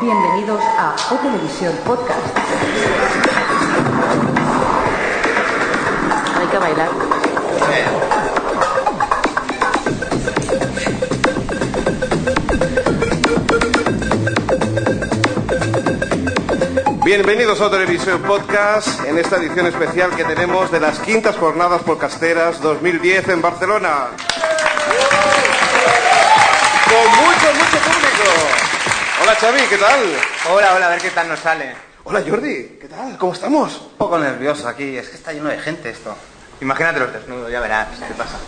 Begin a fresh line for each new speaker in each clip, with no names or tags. Bienvenidos a O Televisión Podcast. Hay que bailar.
Bienvenidos a otro Televisión Podcast en esta edición especial que tenemos de las quintas jornadas podcasteras 2010 en Barcelona. Con mucho, mucho público. Hola Xavi, ¿qué tal?
Hola, hola, a ver qué tal nos sale.
Hola Jordi, ¿qué tal? ¿Cómo estamos?
Un poco nervioso aquí, es que está lleno de gente esto. Imagínate los desnudos, ya verás qué pasa.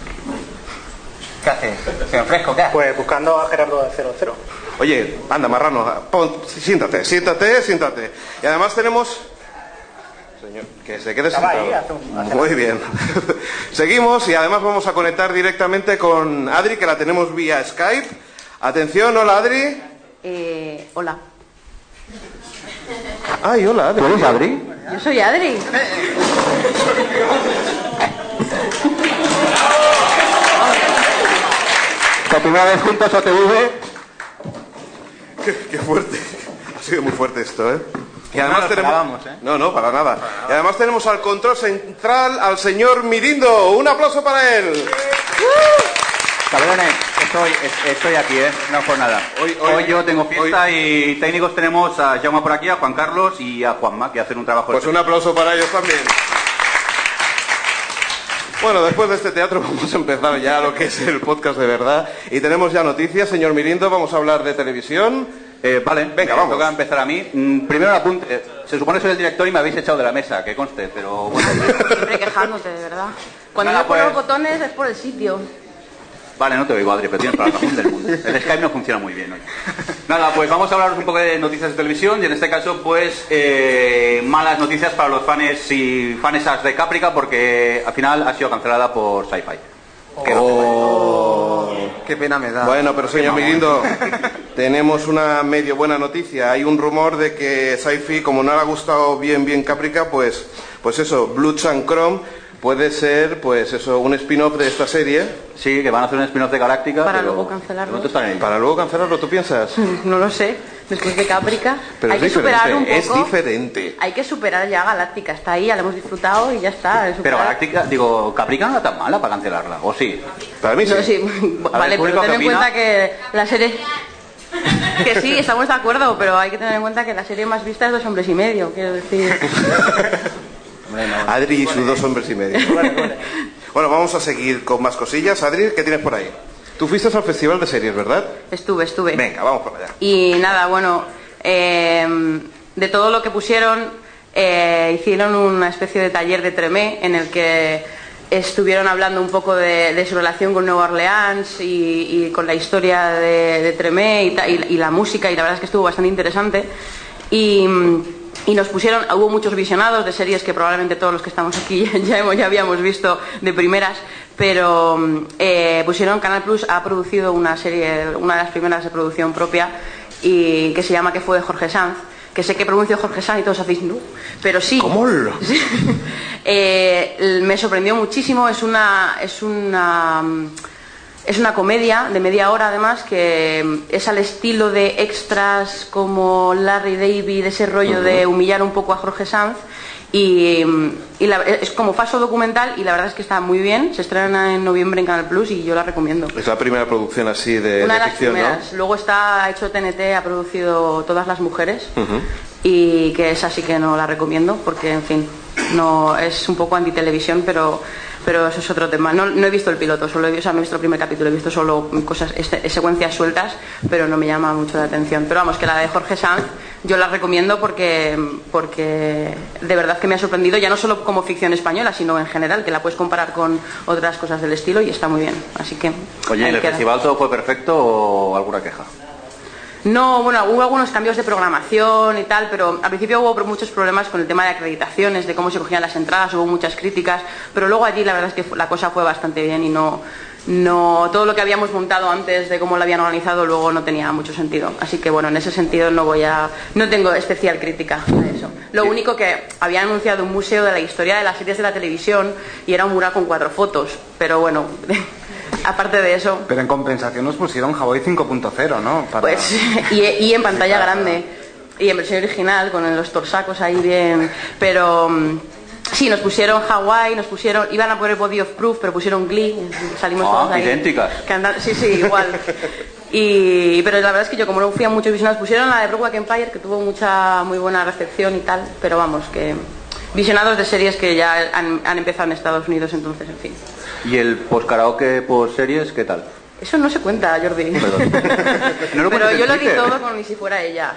¿Qué haces? ¿Se me fresco? ¿Qué haces?
Pues buscando a Gerardo de 00.
Oye, anda, marrano, pon- siéntate, siéntate, siéntate. Y además tenemos... Señor, que se quede
Estaba
sentado.
ahí, hace un- hace
Muy bien. Seguimos y además vamos a conectar directamente con Adri, que la tenemos vía Skype. Atención, hola Adri.
Eh, hola.
Ay, hola Adri. ¿Eres Adri?
Yo soy Adri.
La primera vez juntos a TV.
Qué, qué fuerte. Ha sido muy fuerte esto, ¿eh? Y
No nos grabamos, ¿eh?
No, no, para nada. Y además tenemos al control central al señor Mirindo. Un aplauso para él.
Cabrones, estoy, es- estoy aquí, ¿eh? No por nada.
Hoy-
Hoy,
hoy-
yo tengo fiesta y técnicos tenemos a Jaume por aquí, a Juan Carlos y a Juanma, que hacen un trabajo.
Pues un aplauso para ellos también. Bueno, después de este teatro vamos a empezar ya lo que es el podcast de verdad. Y tenemos ya noticias, señor Mirindo, vamos a hablar de televisión.
Eh, vale,
Venga,
me
vamos.
toca empezar a mí. Mm, primero un apunte. eh, se supone que soy el director y me habéis echado de la mesa, que conste, pero bueno.
Siempre quejándote, de verdad. Cuando
Nada,
yo pongo
pues.
botones es por el sitio.
Vale, no te oigo, Adri, pero tienes toda la razón del mundo. El Skype no funciona muy bien hoy. Nada, pues vamos a hablaros un poco de noticias de televisión y en este caso, pues, eh, malas noticias para los fans y fanesas de Caprica porque al final ha sido cancelada por Sci-Fi. Que no-
Qué pena me da.
Bueno, pero señor Mirindo, tenemos una medio buena noticia. Hay un rumor de que Sci-Fi, como no le ha gustado bien bien Caprica, pues, pues eso, Blue and Chrome puede ser, pues eso, un spin-off de esta serie.
Sí, que van a hacer un spin-off de Galáctica.
Para
pero
luego cancelarlo.
de momento están en ello.
Para luego cancelarlo, ¿tú piensas?
No lo sé. Después de Caprica.
Pero
hay
es
que superar un
diferente, es
poco.
diferente.
Hay que superar ya Galáctica. Está ahí, ya la hemos disfrutado y ya está. es
Pero
superar-
Galáctica, digo, Caprica no era tan mala para cancelarla, ¿o sí?
Para mí sí.
No, sí,
A ver,
vale, pero
¿el público
ten
qué
en
opina?
cuenta que la serie... Que sí, estamos de acuerdo, pero hay que tener en cuenta que la serie más vista es Dos Hombres y Medio, quiero decir.
Adri y sus dos hombres y medio. Bueno, vamos a seguir con más cosillas. Adri, ¿qué tienes por ahí? Tú fuiste al festival de series, ¿verdad?
Estuve, estuve.
Venga, vamos para allá.
Y nada, bueno, eh, de todo lo que pusieron, eh, hicieron una especie de taller de Tremé en el que estuvieron hablando un poco de, de su relación con Nueva Orleans y, y con la historia de, de Tremé y, ta- y- y la música, y la verdad es que estuvo bastante interesante. Y, mm, y nos pusieron, hubo muchos visionados de series que probablemente todos los que estamos aquí ya, hemos- ya habíamos visto de primeras, pero mm, eh, pusieron Canal Plus ha producido una serie, una de las primeras de producción propia y que se llama que fue de Jorge Sanz, que sé que pronuncio Jorge Sanz y todos hacéis no, pero sí.
¿Cómo lo-
Sí. Eh, el- me sorprendió muchísimo, es una es una mm, es una comedia de media hora además que mm, es al estilo de extras como Larry David, ese rollo de humillar un poco a Jorge Sanz y, mm, y la- es como falso documental y la verdad es que está muy bien, se estrena en noviembre en Canal Plus y yo la recomiendo.
Es la primera producción así de,
Una de
de
las
ficción, ¿no?
primeras. Luego está ha hecho TNT, ha producido Todas las Mujeres. Y que es así que no la recomiendo porque, en fin, no es un poco antitelevisión, pero pero eso es otro tema. No, no he visto el piloto, solo he, o sea, no he visto el primer capítulo, he visto solo cosas este- secuencias sueltas, pero no me llama mucho la atención. Pero vamos, que la de Jorge Sanz yo la recomiendo porque porque de verdad que me ha sorprendido, ya no solo como ficción española, sino en general, que la puedes comparar con otras cosas del estilo y está muy bien. Así que
Oye,
ahí
¿en el
queda.
festival todo fue perfecto o alguna queja?
No, bueno, hubo algunos cambios de programación y tal, pero al principio hubo pro- muchos problemas con el tema de acreditaciones, de cómo se cogían las entradas, hubo muchas críticas, pero luego allí la verdad es que fu- la cosa fue bastante bien y no, no todo lo que habíamos montado antes de cómo lo habían organizado luego no tenía mucho sentido. Así que bueno, en ese sentido no voy a, no tengo especial crítica a eso. Lo único que había anunciado un museo de la historia de las series de la televisión y era un mural con cuatro fotos, pero bueno, aparte de eso.
Pero en compensación nos pusieron Hawái 5.0, ¿no? Para-
Pues, y, y en pantalla grande. y en versión original, con los torsacos ahí bien, pero... mm, Sí, nos pusieron Hawái, nos pusieron, iban a poner Body of Proof, pero pusieron Glee, salimos
Ah,
todos ahí.
idénticas.
Cantando- sí, sí, igual. Y, pero la verdad es que yo como no fui a muchos visionados, pusieron la de Broadway Empire, que tuvo mucha, muy buena recepción y tal, pero vamos, que visionados de series que ya han, han empezado en Estados Unidos, entonces, en fin.
¿Y el post karaoke por series qué tal?
Eso no se cuenta, Jordi.
No lo
pero
cuentes en
yo lo di
Twitter.
todo como si fuera ella.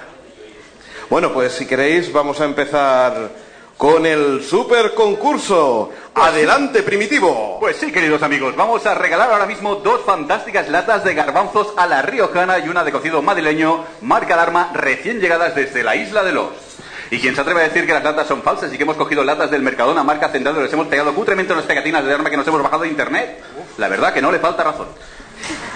Bueno, pues si queréis vamos a empezar con el super concurso. Adelante, primitivo.
Pues sí, queridos amigos, vamos a regalar ahora mismo dos fantásticas latas de garbanzos a la riojana y una de cocido madrileño, marca alarma, recién llegadas desde la isla de los. Y quien se atreve a decir que las latas son falsas y que hemos cogido latas del Mercadona marca central y les hemos pegado cutremente las pegatinas de arma que nos hemos bajado de internet, la verdad que no le falta razón.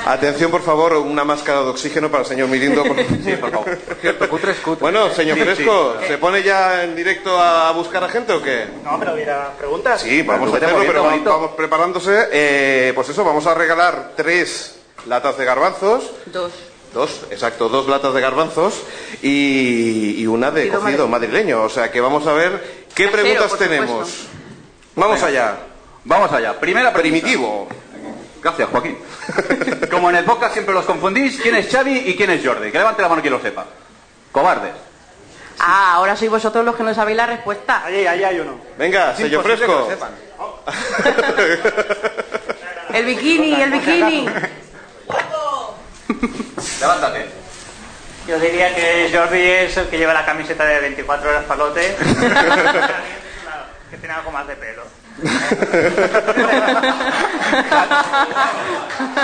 Atención, por favor, una máscara de oxígeno para el señor Mirindo. por-
Sí, por favor.
Bueno, señor
Sí, sí,
Fresco, ¿se pone ya en directo a buscar a gente o qué?
No, pero hubiera preguntas.
Sí, vamos a
Vete
hacerlo, pero
moviendo,
vamos,
bonito.
vamos preparándose. Eh, pues eso, vamos a regalar tres latas de garbanzos.
Dos.
Dos, exacto, dos latas de garbanzos y, y una de
Cocido
cocido madrileño. O sea que vamos a ver qué
Casero,
preguntas
por
tenemos.
supuesto.
Vamos
Venga.
allá.
Vamos allá, primera pregunta.
Primitivo.
Gracias, Joaquín. Como en el podcast siempre los confundís, ¿quién es Xavi y quién es Jordi? Que levante la mano quien lo sepa. Cobardes.
Ah, ahora sois vosotros los que no sabéis la respuesta.
Allí, allí hay uno. Pues
Venga,
Es
sello
imposible que lo
fresco.
sepan.
El bikini, el bikini.
Levántate.
Yo diría que Jordi es el que lleva la camiseta de 24 horas palote. que tiene algo más de pelo.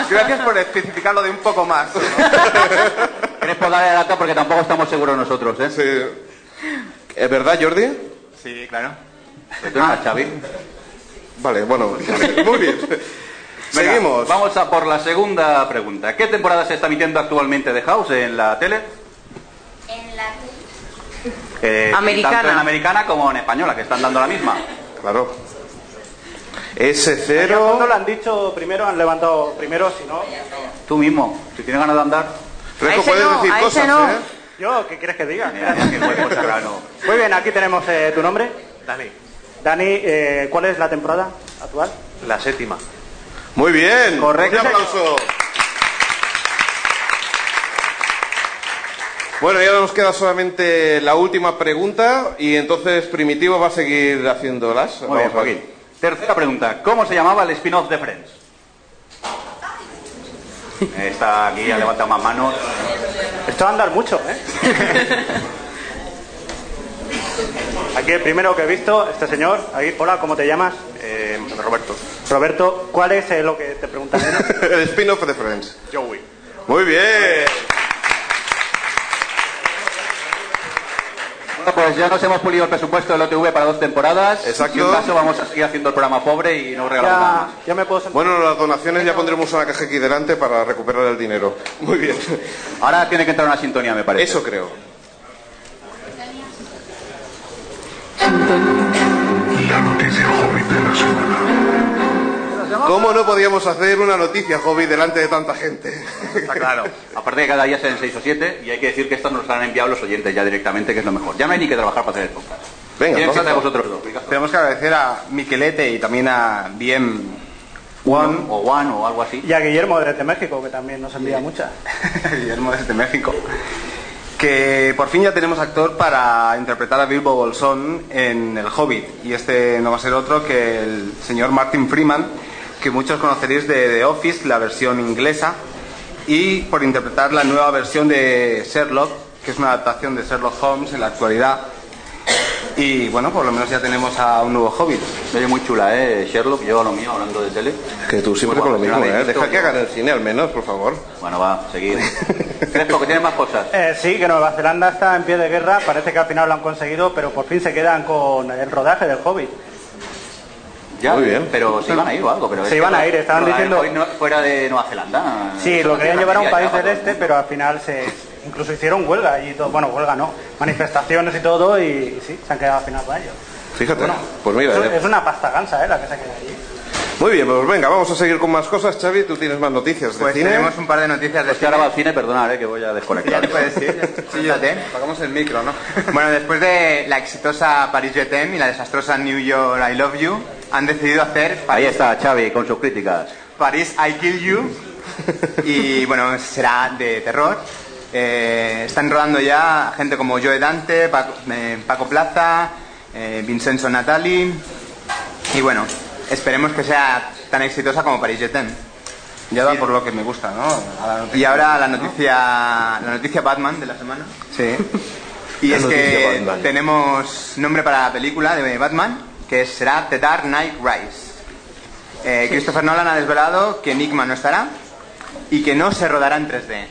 Gracias por especificarlo de un poco más.
Crespo, dale la lata porque tampoco estamos seguros nosotros, ¿eh?
Sí. ¿Es verdad, Jordi?
Sí, claro.
Pero Pues nada, Xavi.
Vale, bueno, muy bien.
Venga,
Seguimos.
Vamos a por la segunda pregunta. ¿Qué temporada se está emitiendo actualmente de House en la tele?
En la
Eh,
Americana.
Tanto en americana como en española, que están dando la misma.
Claro.
Cuando lo
S0.
han dicho primero, han levantado primero, si no.
Tú mismo, si tienes ganas de andar.
A
Fresco,
ese
puedes
no,
decir
a ese
cosas,
no.
¿eh?
Yo, ¿qué quieres que diga?
Mira, mira, qué huevo serrano.
pues,
Muy bien, aquí tenemos eh, tu nombre.
Dani,
Dani, eh, ¿cuál es la temporada actual?
la séptima.
Muy bien.
Correcto.
Un aplauso. Bueno, ya nos queda solamente la última pregunta y entonces Primitivo va a seguir haciéndolas.
Muy bien,
Vamos a ver.
Joaquín. Tercera pregunta. ¿Cómo se llamaba el spin-off de Friends? Está aquí, ha levantado más manos.
Esto va a andar mucho, ¿eh? Aquí el primero que he visto, este señor. Ahí, hola, ¿cómo te llamas?
Eh, Roberto.
Roberto, ¿cuál es eh, lo que te preguntaré?
El spin-off de Friends.
Joey.
Muy bien.
Bueno, pues ya nos hemos pulido el presupuesto del OTV para dos temporadas.
Exacto.
Si en caso vamos a seguir haciendo el programa pobre y no regalamos nada
ya,
más.
ya me puedo sentar.
Bueno, las donaciones ya pondremos una caja aquí delante para recuperar el dinero. Muy bien.
Ahora tiene que entrar una sintonía, me parece.
Eso creo.
La noticia hobbit de la semana.
¿Cómo no podíamos hacer una noticia hobby delante de tanta gente?
Está claro. Aparte que cada día salen seis o siete y hay que decir que estas nos las han enviado los oyentes ya directamente, que es lo mejor. Ya no hay ni que trabajar para hacer el podcast.
Venga,
Tienen que
vamos.
ser de vosotros dos. Picasso.
Tenemos que agradecer a Miquelete y también a Bien One
O One o algo así.
Y a Guillermo desde México, que también nos envía muchas.
Guillermo desde México. Que por fin ya tenemos actor para interpretar a Bilbo Bolsón en El Hobbit. Y este no va a ser otro que el señor Martin Freeman, que muchos conoceréis de The Office, la versión inglesa, y por interpretar la nueva versión de Sherlock, que es una adaptación de Sherlock Holmes en la actualidad. Y bueno, por lo menos ya tenemos a un nuevo Hobbit.
Oye, muy chula, ¿eh? Sherlock, yo a lo mío, hablando de tele.
Que tú siempre
Muy
con lo mismo,
guapa,
¿eh?
esto,
Deja que
yo-
hagan el cine al menos, por favor.
Bueno, va, seguid. Crespo, que tiene más cosas.
Eh, sí, que Nueva Zelanda está en pie de guerra. Parece que al final lo han conseguido, pero por fin se quedan con el rodaje del Hobbit.
Ya,
Muy bien.
Pero se iban a ir o algo. Pero
Se
es que
iban a
no-
ir, estaban
no,
diciendo-
hoy no- Fuera de Nueva Zelanda.
Sí,
Eso
lo
no
querían
tiene
llevar a un
nada que
país del
ver, ya, pues,
este, pero al final se incluso hicieron huelga y todo. Bueno, huelga no, manifestaciones y todo, y sí, se han quedado al final para ellos.
Fíjate. pues mira,
Es-
eh.
es una pasta gansa, ¿eh? La que se queda allí.
bueno, Muy bien, pues venga, vamos a seguir con más cosas, Xavi. Tú tienes más noticias de
Pues
cine.
tenemos un par de noticias de
eh, Pues que ahora va al cine, perdonad, eh, que voy a desconectar.
Ya te
pues,
puedes ir, ya- siéntate.
Pagamos el micro, ¿no?
Bueno, después de la exitosa Paris GTM y la desastrosa New York I Love You, han decidido hacer
Ahí
París,
está Xavi con sus críticas.
París I Kill You y bueno, será de terror. Eh, están rodando ya gente como Joe Dante, Paco, eh, Paco Plaza, eh, Vincenzo Natali y bueno, esperemos que sea tan exitosa como Paris GTM.
Ya da por lo que me gusta, ¿no? A la noticia.
Y ahora la noticia, la noticia Batman de la semana.
Sí.
Y
La
es
noticia
que
Batman.
tenemos nombre para la película de Batman, que será The Dark Knight Rise. Eh, Christopher Nolan ha desvelado que Enigma no estará y que no se rodará en 3D.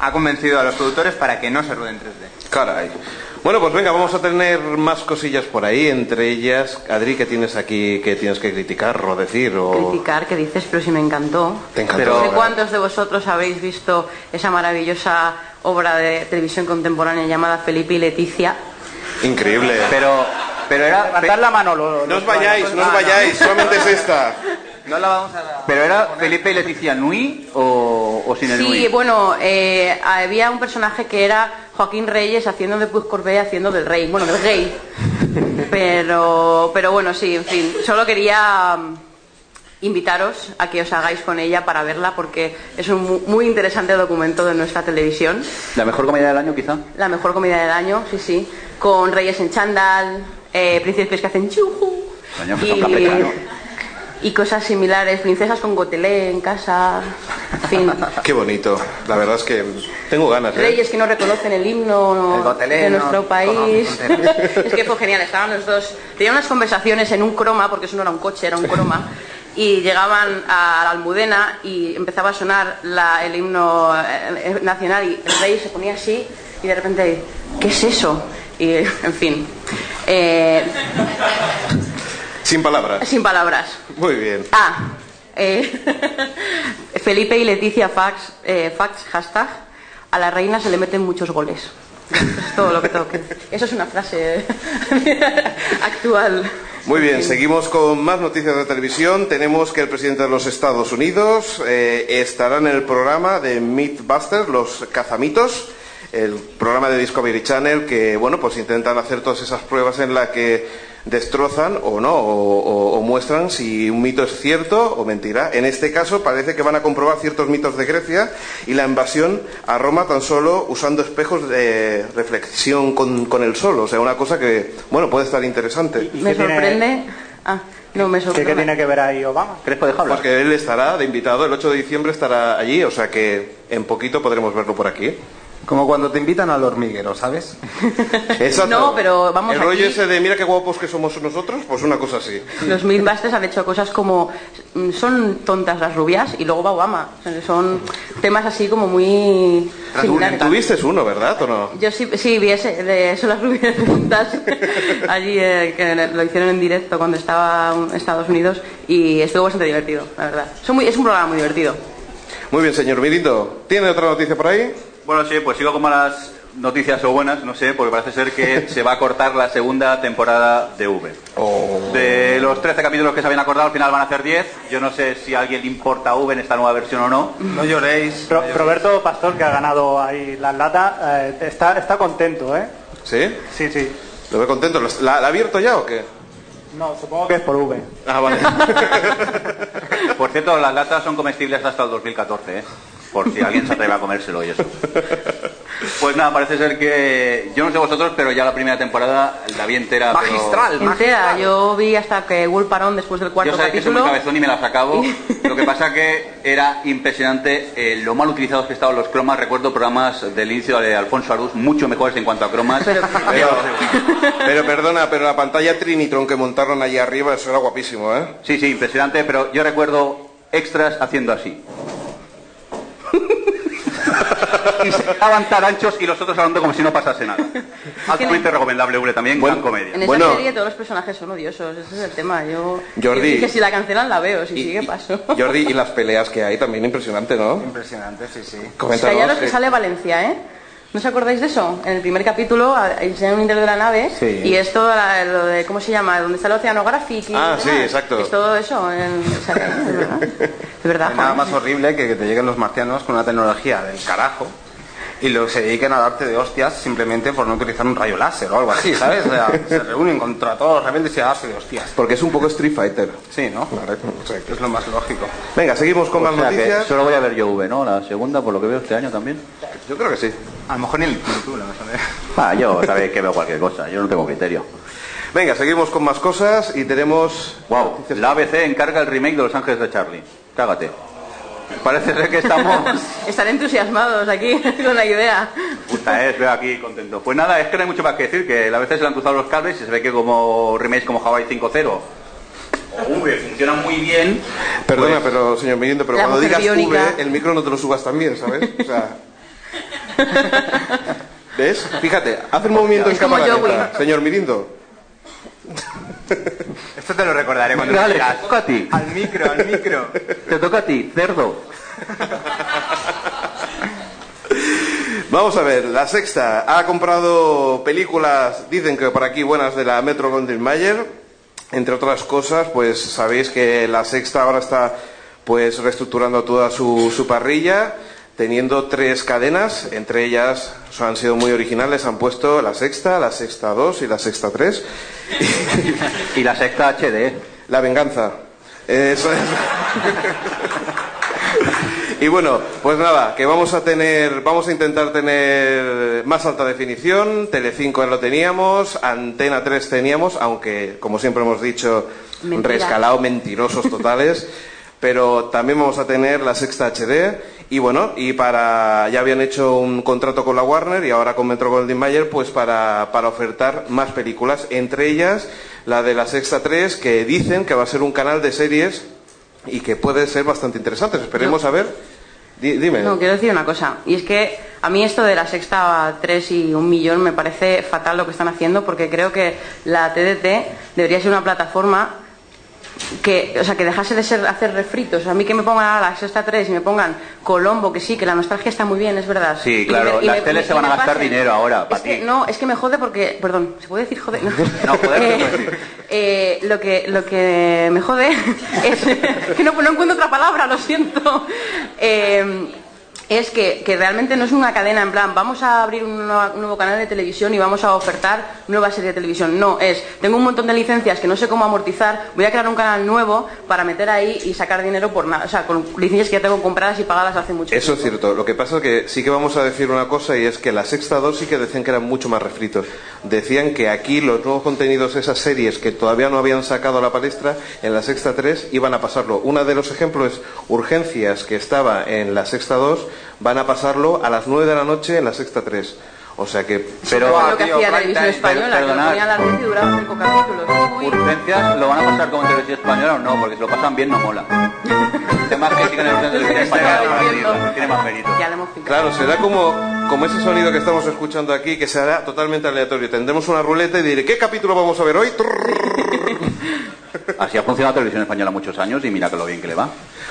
Ha convencido a los productores para que no se ruede en 3D.
Caray. Bueno, pues venga, vamos a tener más cosillas por ahí, entre ellas, Adri, que tienes aquí que tienes que criticar o decir o
Criticar, que dices, pero si me encantó.
Te encantó,
No sé
¿verdad?
cuántos de vosotros habéis visto esa maravillosa obra de televisión contemporánea llamada Felipe y Leticia.
Increíble.
Pero, pero era,
Levantar la mano. lo-
No
lo-
os vayáis, Ah, no os vayáis, solamente es esta.
¿Pero era Felipe y Leticia Nui o, o sin el Nui?
Sí, bueno, eh, había un personaje que era Joaquín Reyes haciendo de Puig Corbea haciendo del rey, bueno, del rey. Pero, pero bueno, sí, en fin. Solo quería mm, invitaros a que os hagáis con ella para verla porque es un mu- muy interesante documento de nuestra televisión.
La mejor comedia del año, quizá.
La mejor comida del año, sí, sí. Con reyes en chándal, eh, príncipes que hacen chuju.
Coño, pues son capetas, ¿no?
y cosas similares, princesas con gotelé en casa, en fin.
Qué bonito. La verdad es que tengo ganas. ¿eh?
Reyes que no reconocen el himno
El gotelé,
de
no
nuestro país.
conocen
es que fue genial, estaban los dos. Tenían unas conversaciones en un croma, porque eso no era un coche, era un croma. Y llegaban a la Almudena y empezaba a sonar la- el himno eh, eh, nacional y el rey se ponía así y de repente, ¿qué es eso? Y, en fin, eh,
Sin palabras.
sin palabras.
Muy bien.
Ah, eh, Felipe y Leticia Fax, eh, Fax, hashtag, a la reina se le meten muchos goles. Es todo lo que tengo que decir. Eso es una frase eh, actual.
Muy bien, seguimos con más noticias de televisión. Tenemos que el presidente de los Estados Unidos eh, estará en el programa de Mythbusters, los cazamitos, el programa de Discovery Channel que, bueno, pues intentan hacer todas esas pruebas en la que destrozan o no, o, o- o muestran si un mito es cierto o mentira. En este caso parece que van a comprobar ciertos mitos de Grecia y la invasión a Roma tan solo usando espejos de reflexión con, con el sol. O sea, una cosa que, bueno, puede estar interesante.
Me
qué tiene-
sorprende. Ah, no, me
¿Qué, qué
sorprende.
tiene que ver ahí Obama?
Crespo de Jaula.
Pues que él estará de invitado, el 8 de diciembre estará allí, o sea que en poquito podremos verlo por aquí.
Como cuando te invitan al hormiguero, ¿sabes?
Exacto.
No, pero vamos
El rollo
aquí-
ese de mira qué guapos que somos nosotros, pues una cosa así.
Los Mythbusters han hecho cosas como mm, son tontas las rubias y luego va Obama. O sea, Son temas así como muy similares.
Tuviste uno, ¿verdad o no?
Yo sí, sí vi ese, de eso las rubias juntas, allí eh, que lo hicieron en directo cuando estaba en Estados Unidos y estuvo bastante divertido, la verdad. Son muy- es un programa muy divertido.
Muy bien, señor Mirito. ¿Tiene otra noticia por ahí?
Bueno, sí, pues sigo con malas noticias o buenas, no sé, porque parece ser que se va a cortar la segunda temporada de V. De los 13 capítulos que se habían acordado, al final van a hacer 10. Yo no sé si a alguien le importa V en esta nueva versión o no.
No lloréis.
Ro- Roberto Pastor, que ha ganado ahí las latas, eh, está, está contento, ¿eh?
¿Sí?
Sí, sí.
Lo veo contento. ¿Lo- ¿La, la ha abierto ya o qué?
No, supongo que es por V.
Ah, vale.
Por cierto, las latas son comestibles hasta el 2014, ¿eh? por si alguien se atreve a comérselo y eso. Pues nada, parece ser que yo no sé vosotros, pero ya la primera temporada la vi entera. pero-
Entera, yo vi hasta que Will Parón después del cuarto
Yo sabéis que soy muy
capítulo.
cabezón y me las acabo. Lo que pasa que era impresionante eh, lo mal utilizados que estaban los cromas. Recuerdo programas del inicio de Alfonso Arús mucho mejores en cuanto a cromas.
Pero-
Pero, pero perdona, pero la pantalla Trinitron que montaron allí arriba, eso era guapísimo, ¿eh?
Sí, sí, impresionante, pero yo recuerdo extras haciendo así. y se quedaban tan anchos y los otros hablando como si no pasase nada. Altamente recomendable, Ule, también, gran comedia.
En esa
Bueno.
serie todos los personajes son odiosos, ese es el tema. Yo,
Jordi.
yo dije, si la cancelan la veo, si
Y-
sigue
y-
paso.
Jordi, y las peleas que hay también impresionante, ¿no?
Impresionante, sí, sí.
Callaros que
eh,
sale Valencia, ¿eh? ¿No os acordáis de eso? En el primer capítulo a- enseñan un interior de la nave
Sí.
y es todo la- lo de, ¿cómo se llama? ¿Dónde está el Oceanographic? y
Ah,
demás.
sí, exacto.
Es todo eso. en- o sea, es verdad. Es verdad,
No hay Nada
Juan.
más horrible que que te lleguen los marcianos con una tecnología del carajo y los se dediquen a darte de hostias simplemente por no utilizar un rayo láser o algo así, ¿sabes? O sea, se reúnen contra todos los rebeldes y a darse de hostias.
Porque es un poco Street Fighter.
Sí, ¿no? O sea, que es lo más lógico.
Venga, seguimos con
O
más
sea que
noticias.
solo voy a ver yo V, ¿no? La segunda, por lo que veo este año también.
Yo creo que sí.
A lo mejor ni el tú la vas a ver.
Ah, yo sabéis que veo cualquier cosa, yo no tengo criterio.
Venga, seguimos con más cosas y tenemos...
Wow, la ABC encarga el remake de Los Ángeles de Charlie. Cágate. Parece ser que estamos...
Están entusiasmados aquí con la idea.
Puta, eh, os veo aquí contento. Pues nada, es que no hay mucho más que decir, que a veces se le han cruzado los cables y se ve que como remakes como Hawaii 5.0 o V funciona muy bien.
Perdona,
Pues-
pero señor Mirindo, pero
La
cuando
mujer
digas
biónica.
V, el micro no te lo subas también, ¿sabes? O sea... ¿Ves? Fíjate, hace un movimiento
Es
en
como
cámara
Joey.
lenta, señor Mirindo.
Esto te lo recordaré cuando lo
Dale, te
veas.
toca a ti,
Al micro, al micro.
te toca a ti, cerdo.
Vamos a ver, la sexta ha comprado películas, dicen que por aquí buenas, de la Metro Goldwyn Mayer. Entre otras cosas, pues sabéis que la sexta ahora está pues reestructurando toda su, su parrilla, teniendo tres cadenas, entre ellas son- han sido muy originales, han puesto la sexta, la sexta 2 y la sexta 3.
Y la sexta HD.
La venganza. Eso es. Y bueno, pues nada, que vamos a tener, vamos a intentar tener más alta definición, Telecinco ya lo teníamos, Antena 3 teníamos, aunque como siempre hemos dicho,
Mentira.
rescalado, mentirosos totales, pero también vamos a tener la sexta HD y bueno, y para, ya habían hecho un contrato con la Warner y ahora con Metro Goldwyn Mayer, pues para, para ofertar más películas, entre ellas la de la sexta 3 que dicen que va a ser un canal de series y que puede ser bastante interesante. Esperemos a ver. Di- dime.
No, quiero decir una cosa, y es que a mí esto de la sexta 3 y un millón me parece fatal lo que están haciendo porque creo que la TDT debería ser una plataforma que, o sea, que dejase de ser hacer refritos. A mí que me pongan ahora la sexta 3 y me pongan Colombo, que sí, que la nostalgia está muy bien, es verdad.
Sí, claro, las teles se van a gastar
pasen.
dinero ahora,
Es
pa'
que
ti.
no, es que me jode porque, perdón, ¿se puede decir jode? No,
No, joder, se puede
Eh,
decir.
eh, lo, que, lo que me jode es que no, no encuentro otra palabra, lo siento. Eh, es que, que realmente no es una cadena en plan, vamos a abrir un, nueva- un nuevo canal de televisión y vamos a ofertar nueva serie de televisión. No, es, tengo un montón de licencias que no sé cómo amortizar, voy a crear un canal nuevo para meter ahí y sacar dinero por nada. O sea, con licencias que ya tengo compradas y pagadas hace mucho
Eso es
tiempo.
cierto. Lo que pasa es que sí que vamos a decir una cosa y es que la sexta 2 sí que decían que eran mucho más refritos. Decían que aquí los nuevos contenidos, esas series que todavía no habían sacado a la palestra, en la sexta 3 iban a pasarlo. Uno de los ejemplos es Urgencias, que estaba en la sexta 2, van a pasarlo a las 9 de la noche en la sexta 3. O sea que...
Pero
Eso es lo que
tío,
hacía
Prime
Televisión
Time,
Española,
per-
que lo
perdonad.
ponía a la luz y duraba cinco capítulos. Uy.
Urgencias, ¿lo van a pasar como en televisión española o no? Porque si lo pasan bien no mola. El tema es que sí que en el- en televisión española
Estaba
tiene
diciendo.
más- tiene más mérito.
Ya lo hemos pintado.
Claro, será como, como ese sonido que estamos escuchando aquí, que será totalmente aleatorio. Tendremos una ruleta y diré, ¿qué capítulo vamos a ver hoy?
Así ha funcionado la televisión española muchos años y mira que lo bien que le va.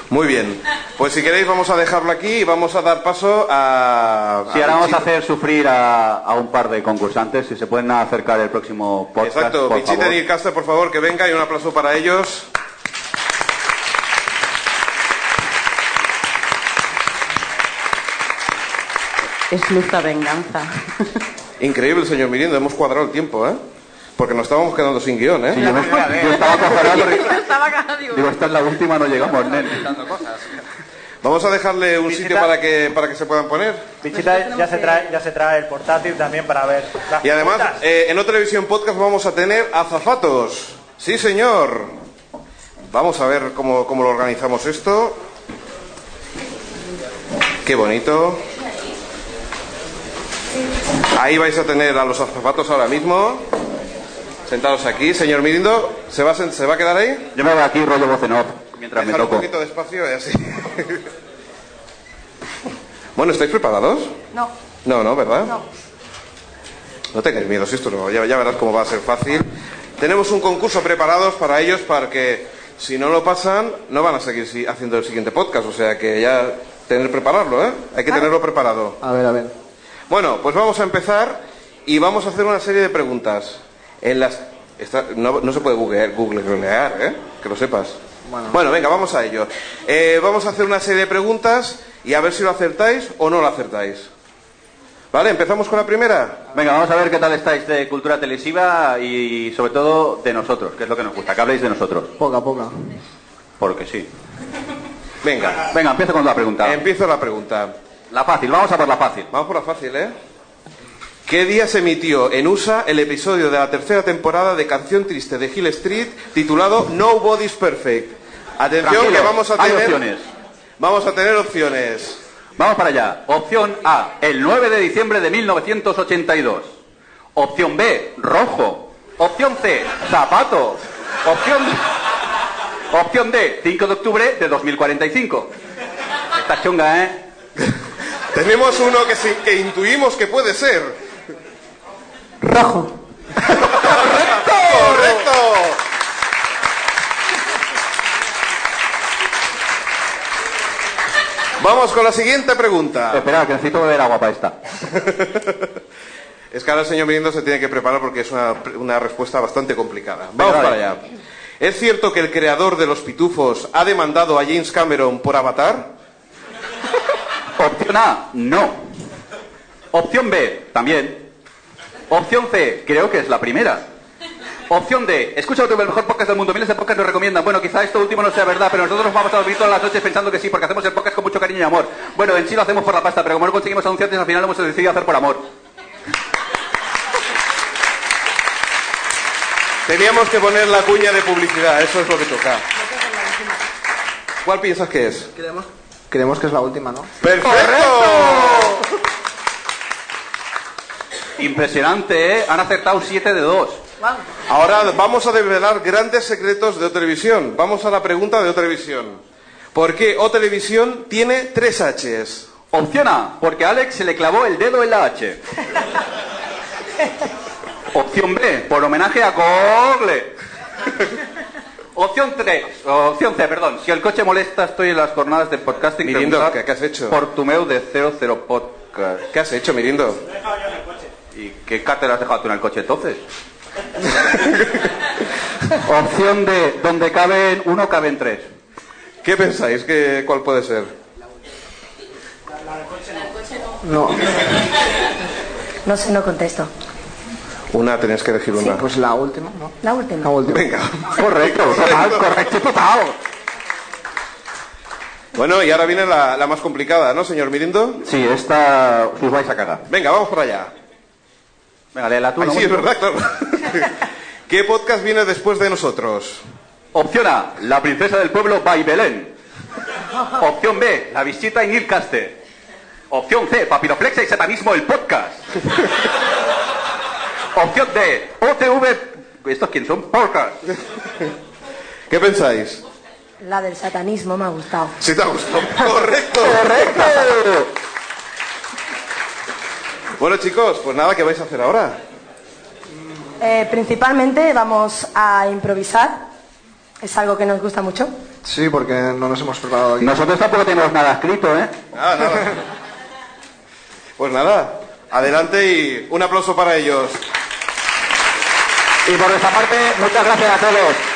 Muy bien, pues si queréis vamos a dejarlo aquí y vamos a dar paso a...
Sí, ahora
al
vamos a
chico.
hacer sufrir a, a un par de concursantes. Si se pueden acercar el próximo podcast,
Exacto,
por
Pichita
favor.
Newcaster, por favor, que venga y un aplauso para ellos.
Es luz la venganza.
Increíble, señor Mirindo, hemos cuadrado el tiempo, ¿eh? Porque nos estábamos quedando sin guión, ¿eh?
Sí, yo, me- yo estaba acojonado, digo,
Estaba cagada, digo,
digo, esta es la última, no llegamos, nen.
Vamos a dejarle un
Pichita.
sitio para que, para que se puedan poner.
Pichita ya se, trae, ya se trae el portátil también para ver. las
Y además,
preguntas.
eh, en otra televisión podcast vamos a tener azafatos. Sí, señor. Vamos a ver cómo, cómo lo organizamos esto. Qué bonito. Ahí vais a tener a los azafatos ahora mismo. Sentados aquí. Señor Mirindo, ¿se va a, sen- se va a quedar ahí?
Yo me voy aquí rollo voz en off, mientras me
Dejar un
toco.
poquito de espacio y así. bueno, ¿estáis preparados?
No,
No, no, ¿verdad?
no.
No tengáis miedo, si esto no, ya, ya verás cómo va a ser fácil. Tenemos un concurso preparados para ellos para que si no lo pasan no van a seguir si- haciendo el siguiente podcast, o sea que ya tener prepararlo, ¿eh? Hay que tenerlo preparado.
A ver, a ver.
Bueno, pues vamos a empezar y vamos a hacer una serie de preguntas. En las esta- no, no se puede googlear, Google googlear, ¿eh? Que lo sepas. Bueno, venga, vamos a ello. Eh, vamos a hacer una serie de preguntas y a ver si lo acertáis o no lo acertáis. ¿Vale? ¿Empezamos con la primera?
Venga, vamos a ver qué tal estáis de cultura televisiva y sobre todo de nosotros, que es lo que nos gusta, que habléis de nosotros.
Poca, poca.
Porque sí.
Venga,
Venga, empiezo con la pregunta.
empiezo la pregunta.
La fácil, vamos a por la fácil.
Vamos por la fácil, ¿eh? ¿Qué día se emitió en USA el episodio de la tercera temporada de Canción Triste de Hill Street titulado Nobody's Perfect? Atención
Tranquilo,
que vamos a
hay
tener
opciones.
Vamos a tener opciones.
Vamos para allá. Opción A, el 9 de diciembre de 1982. Opción B, rojo. Opción C, zapato. Opción Opción D, 5 de octubre de 2045. Está chunga, ¿eh?
Tenemos uno que, sí- que intuimos que puede ser.
Rojo.
¡Correcto! Vamos con la siguiente pregunta.
Espera, que necesito beber agua para esta.
Es que ahora el señor Mirindo se tiene que preparar porque es una, una respuesta bastante complicada. Vamos
dale.
para allá. ¿Es cierto que el creador de Los Pitufos ha demandado a James Cameron por Avatar?
Opción A, no. Opción B, también. Opción C, creo que es la primera. Opción D, escucha el mejor podcast del mundo. Miles de podcasts nos recomiendan. Bueno, quizá esto último no sea verdad, pero nosotros vamos a dormir todas las noches pensando que sí, porque hacemos el podcast con mucho cariño y amor. Bueno, en sí lo hacemos por la pasta, pero como no conseguimos anunciantes, al final lo hemos decidido hacer por amor.
Teníamos que poner la cuña de publicidad, eso es lo que toca. ¿Cuál piensas que es?
Creemos, creemos que es la última, ¿no?
¡Perfecto!
Impresionante, ¿eh? Han acertado 7 de 2.
Ahora vamos a desvelar grandes secretos de Otelevisión. Vamos a la pregunta de Otelevisión. ¿Por qué Otelevisión tiene tres Hs?
Opción A, porque a Alex se le clavó el dedo en la H. Opción B, por homenaje a Google. Opción 3, opción C, perdón. Si el coche molesta, estoy en las jornadas de podcasting.
Mirindo,
preguntad
¿qué- qué has hecho?
Por tu meu de 00 podcast.
¿Qué has hecho, Mirindo?
¿Y qué cátedra has dejado tú en el coche entonces? opción D, Eh, donde caben uno, caben tres.
¿Qué pensáis? ¿Qué, ¿Cuál puede ser?
No,
No sé, no contesto.
Una, tenéis que elegir una.
pues la última, ¿no?
La última.
La última.
Venga.
Correcto, total, correcto, total.
Bueno, y ahora viene la, la más complicada, ¿no, señor Mirindo?
Sí, esta os vais a cagar.
Venga, vamos para allá.
Venga, léela tú.
Ay,
¿no?
sí, es verdad, claro. ¿Qué podcast viene después de nosotros?
Opción A, la princesa del pueblo by Belén. Opción B, la visita y Nilcaster. Opción C, papiroflexia y satanismo el podcast. Opción D, OTV... ¿Estos quién son? Podcast.
¿Qué pensáis?
La del satanismo me ha gustado.
Si te ha gustado. Correcto. Bueno, chicos, pues nada, ¿qué vais a hacer ahora?
Eh, principalmente vamos a improvisar. Es algo que nos gusta mucho.
Sí, porque no nos hemos preparado aquí.
Nosotros tampoco tenemos nada escrito, ¿eh?
Nada, nada. Pues nada, adelante y un aplauso para ellos.
Y por nuestra parte, muchas gracias a todos.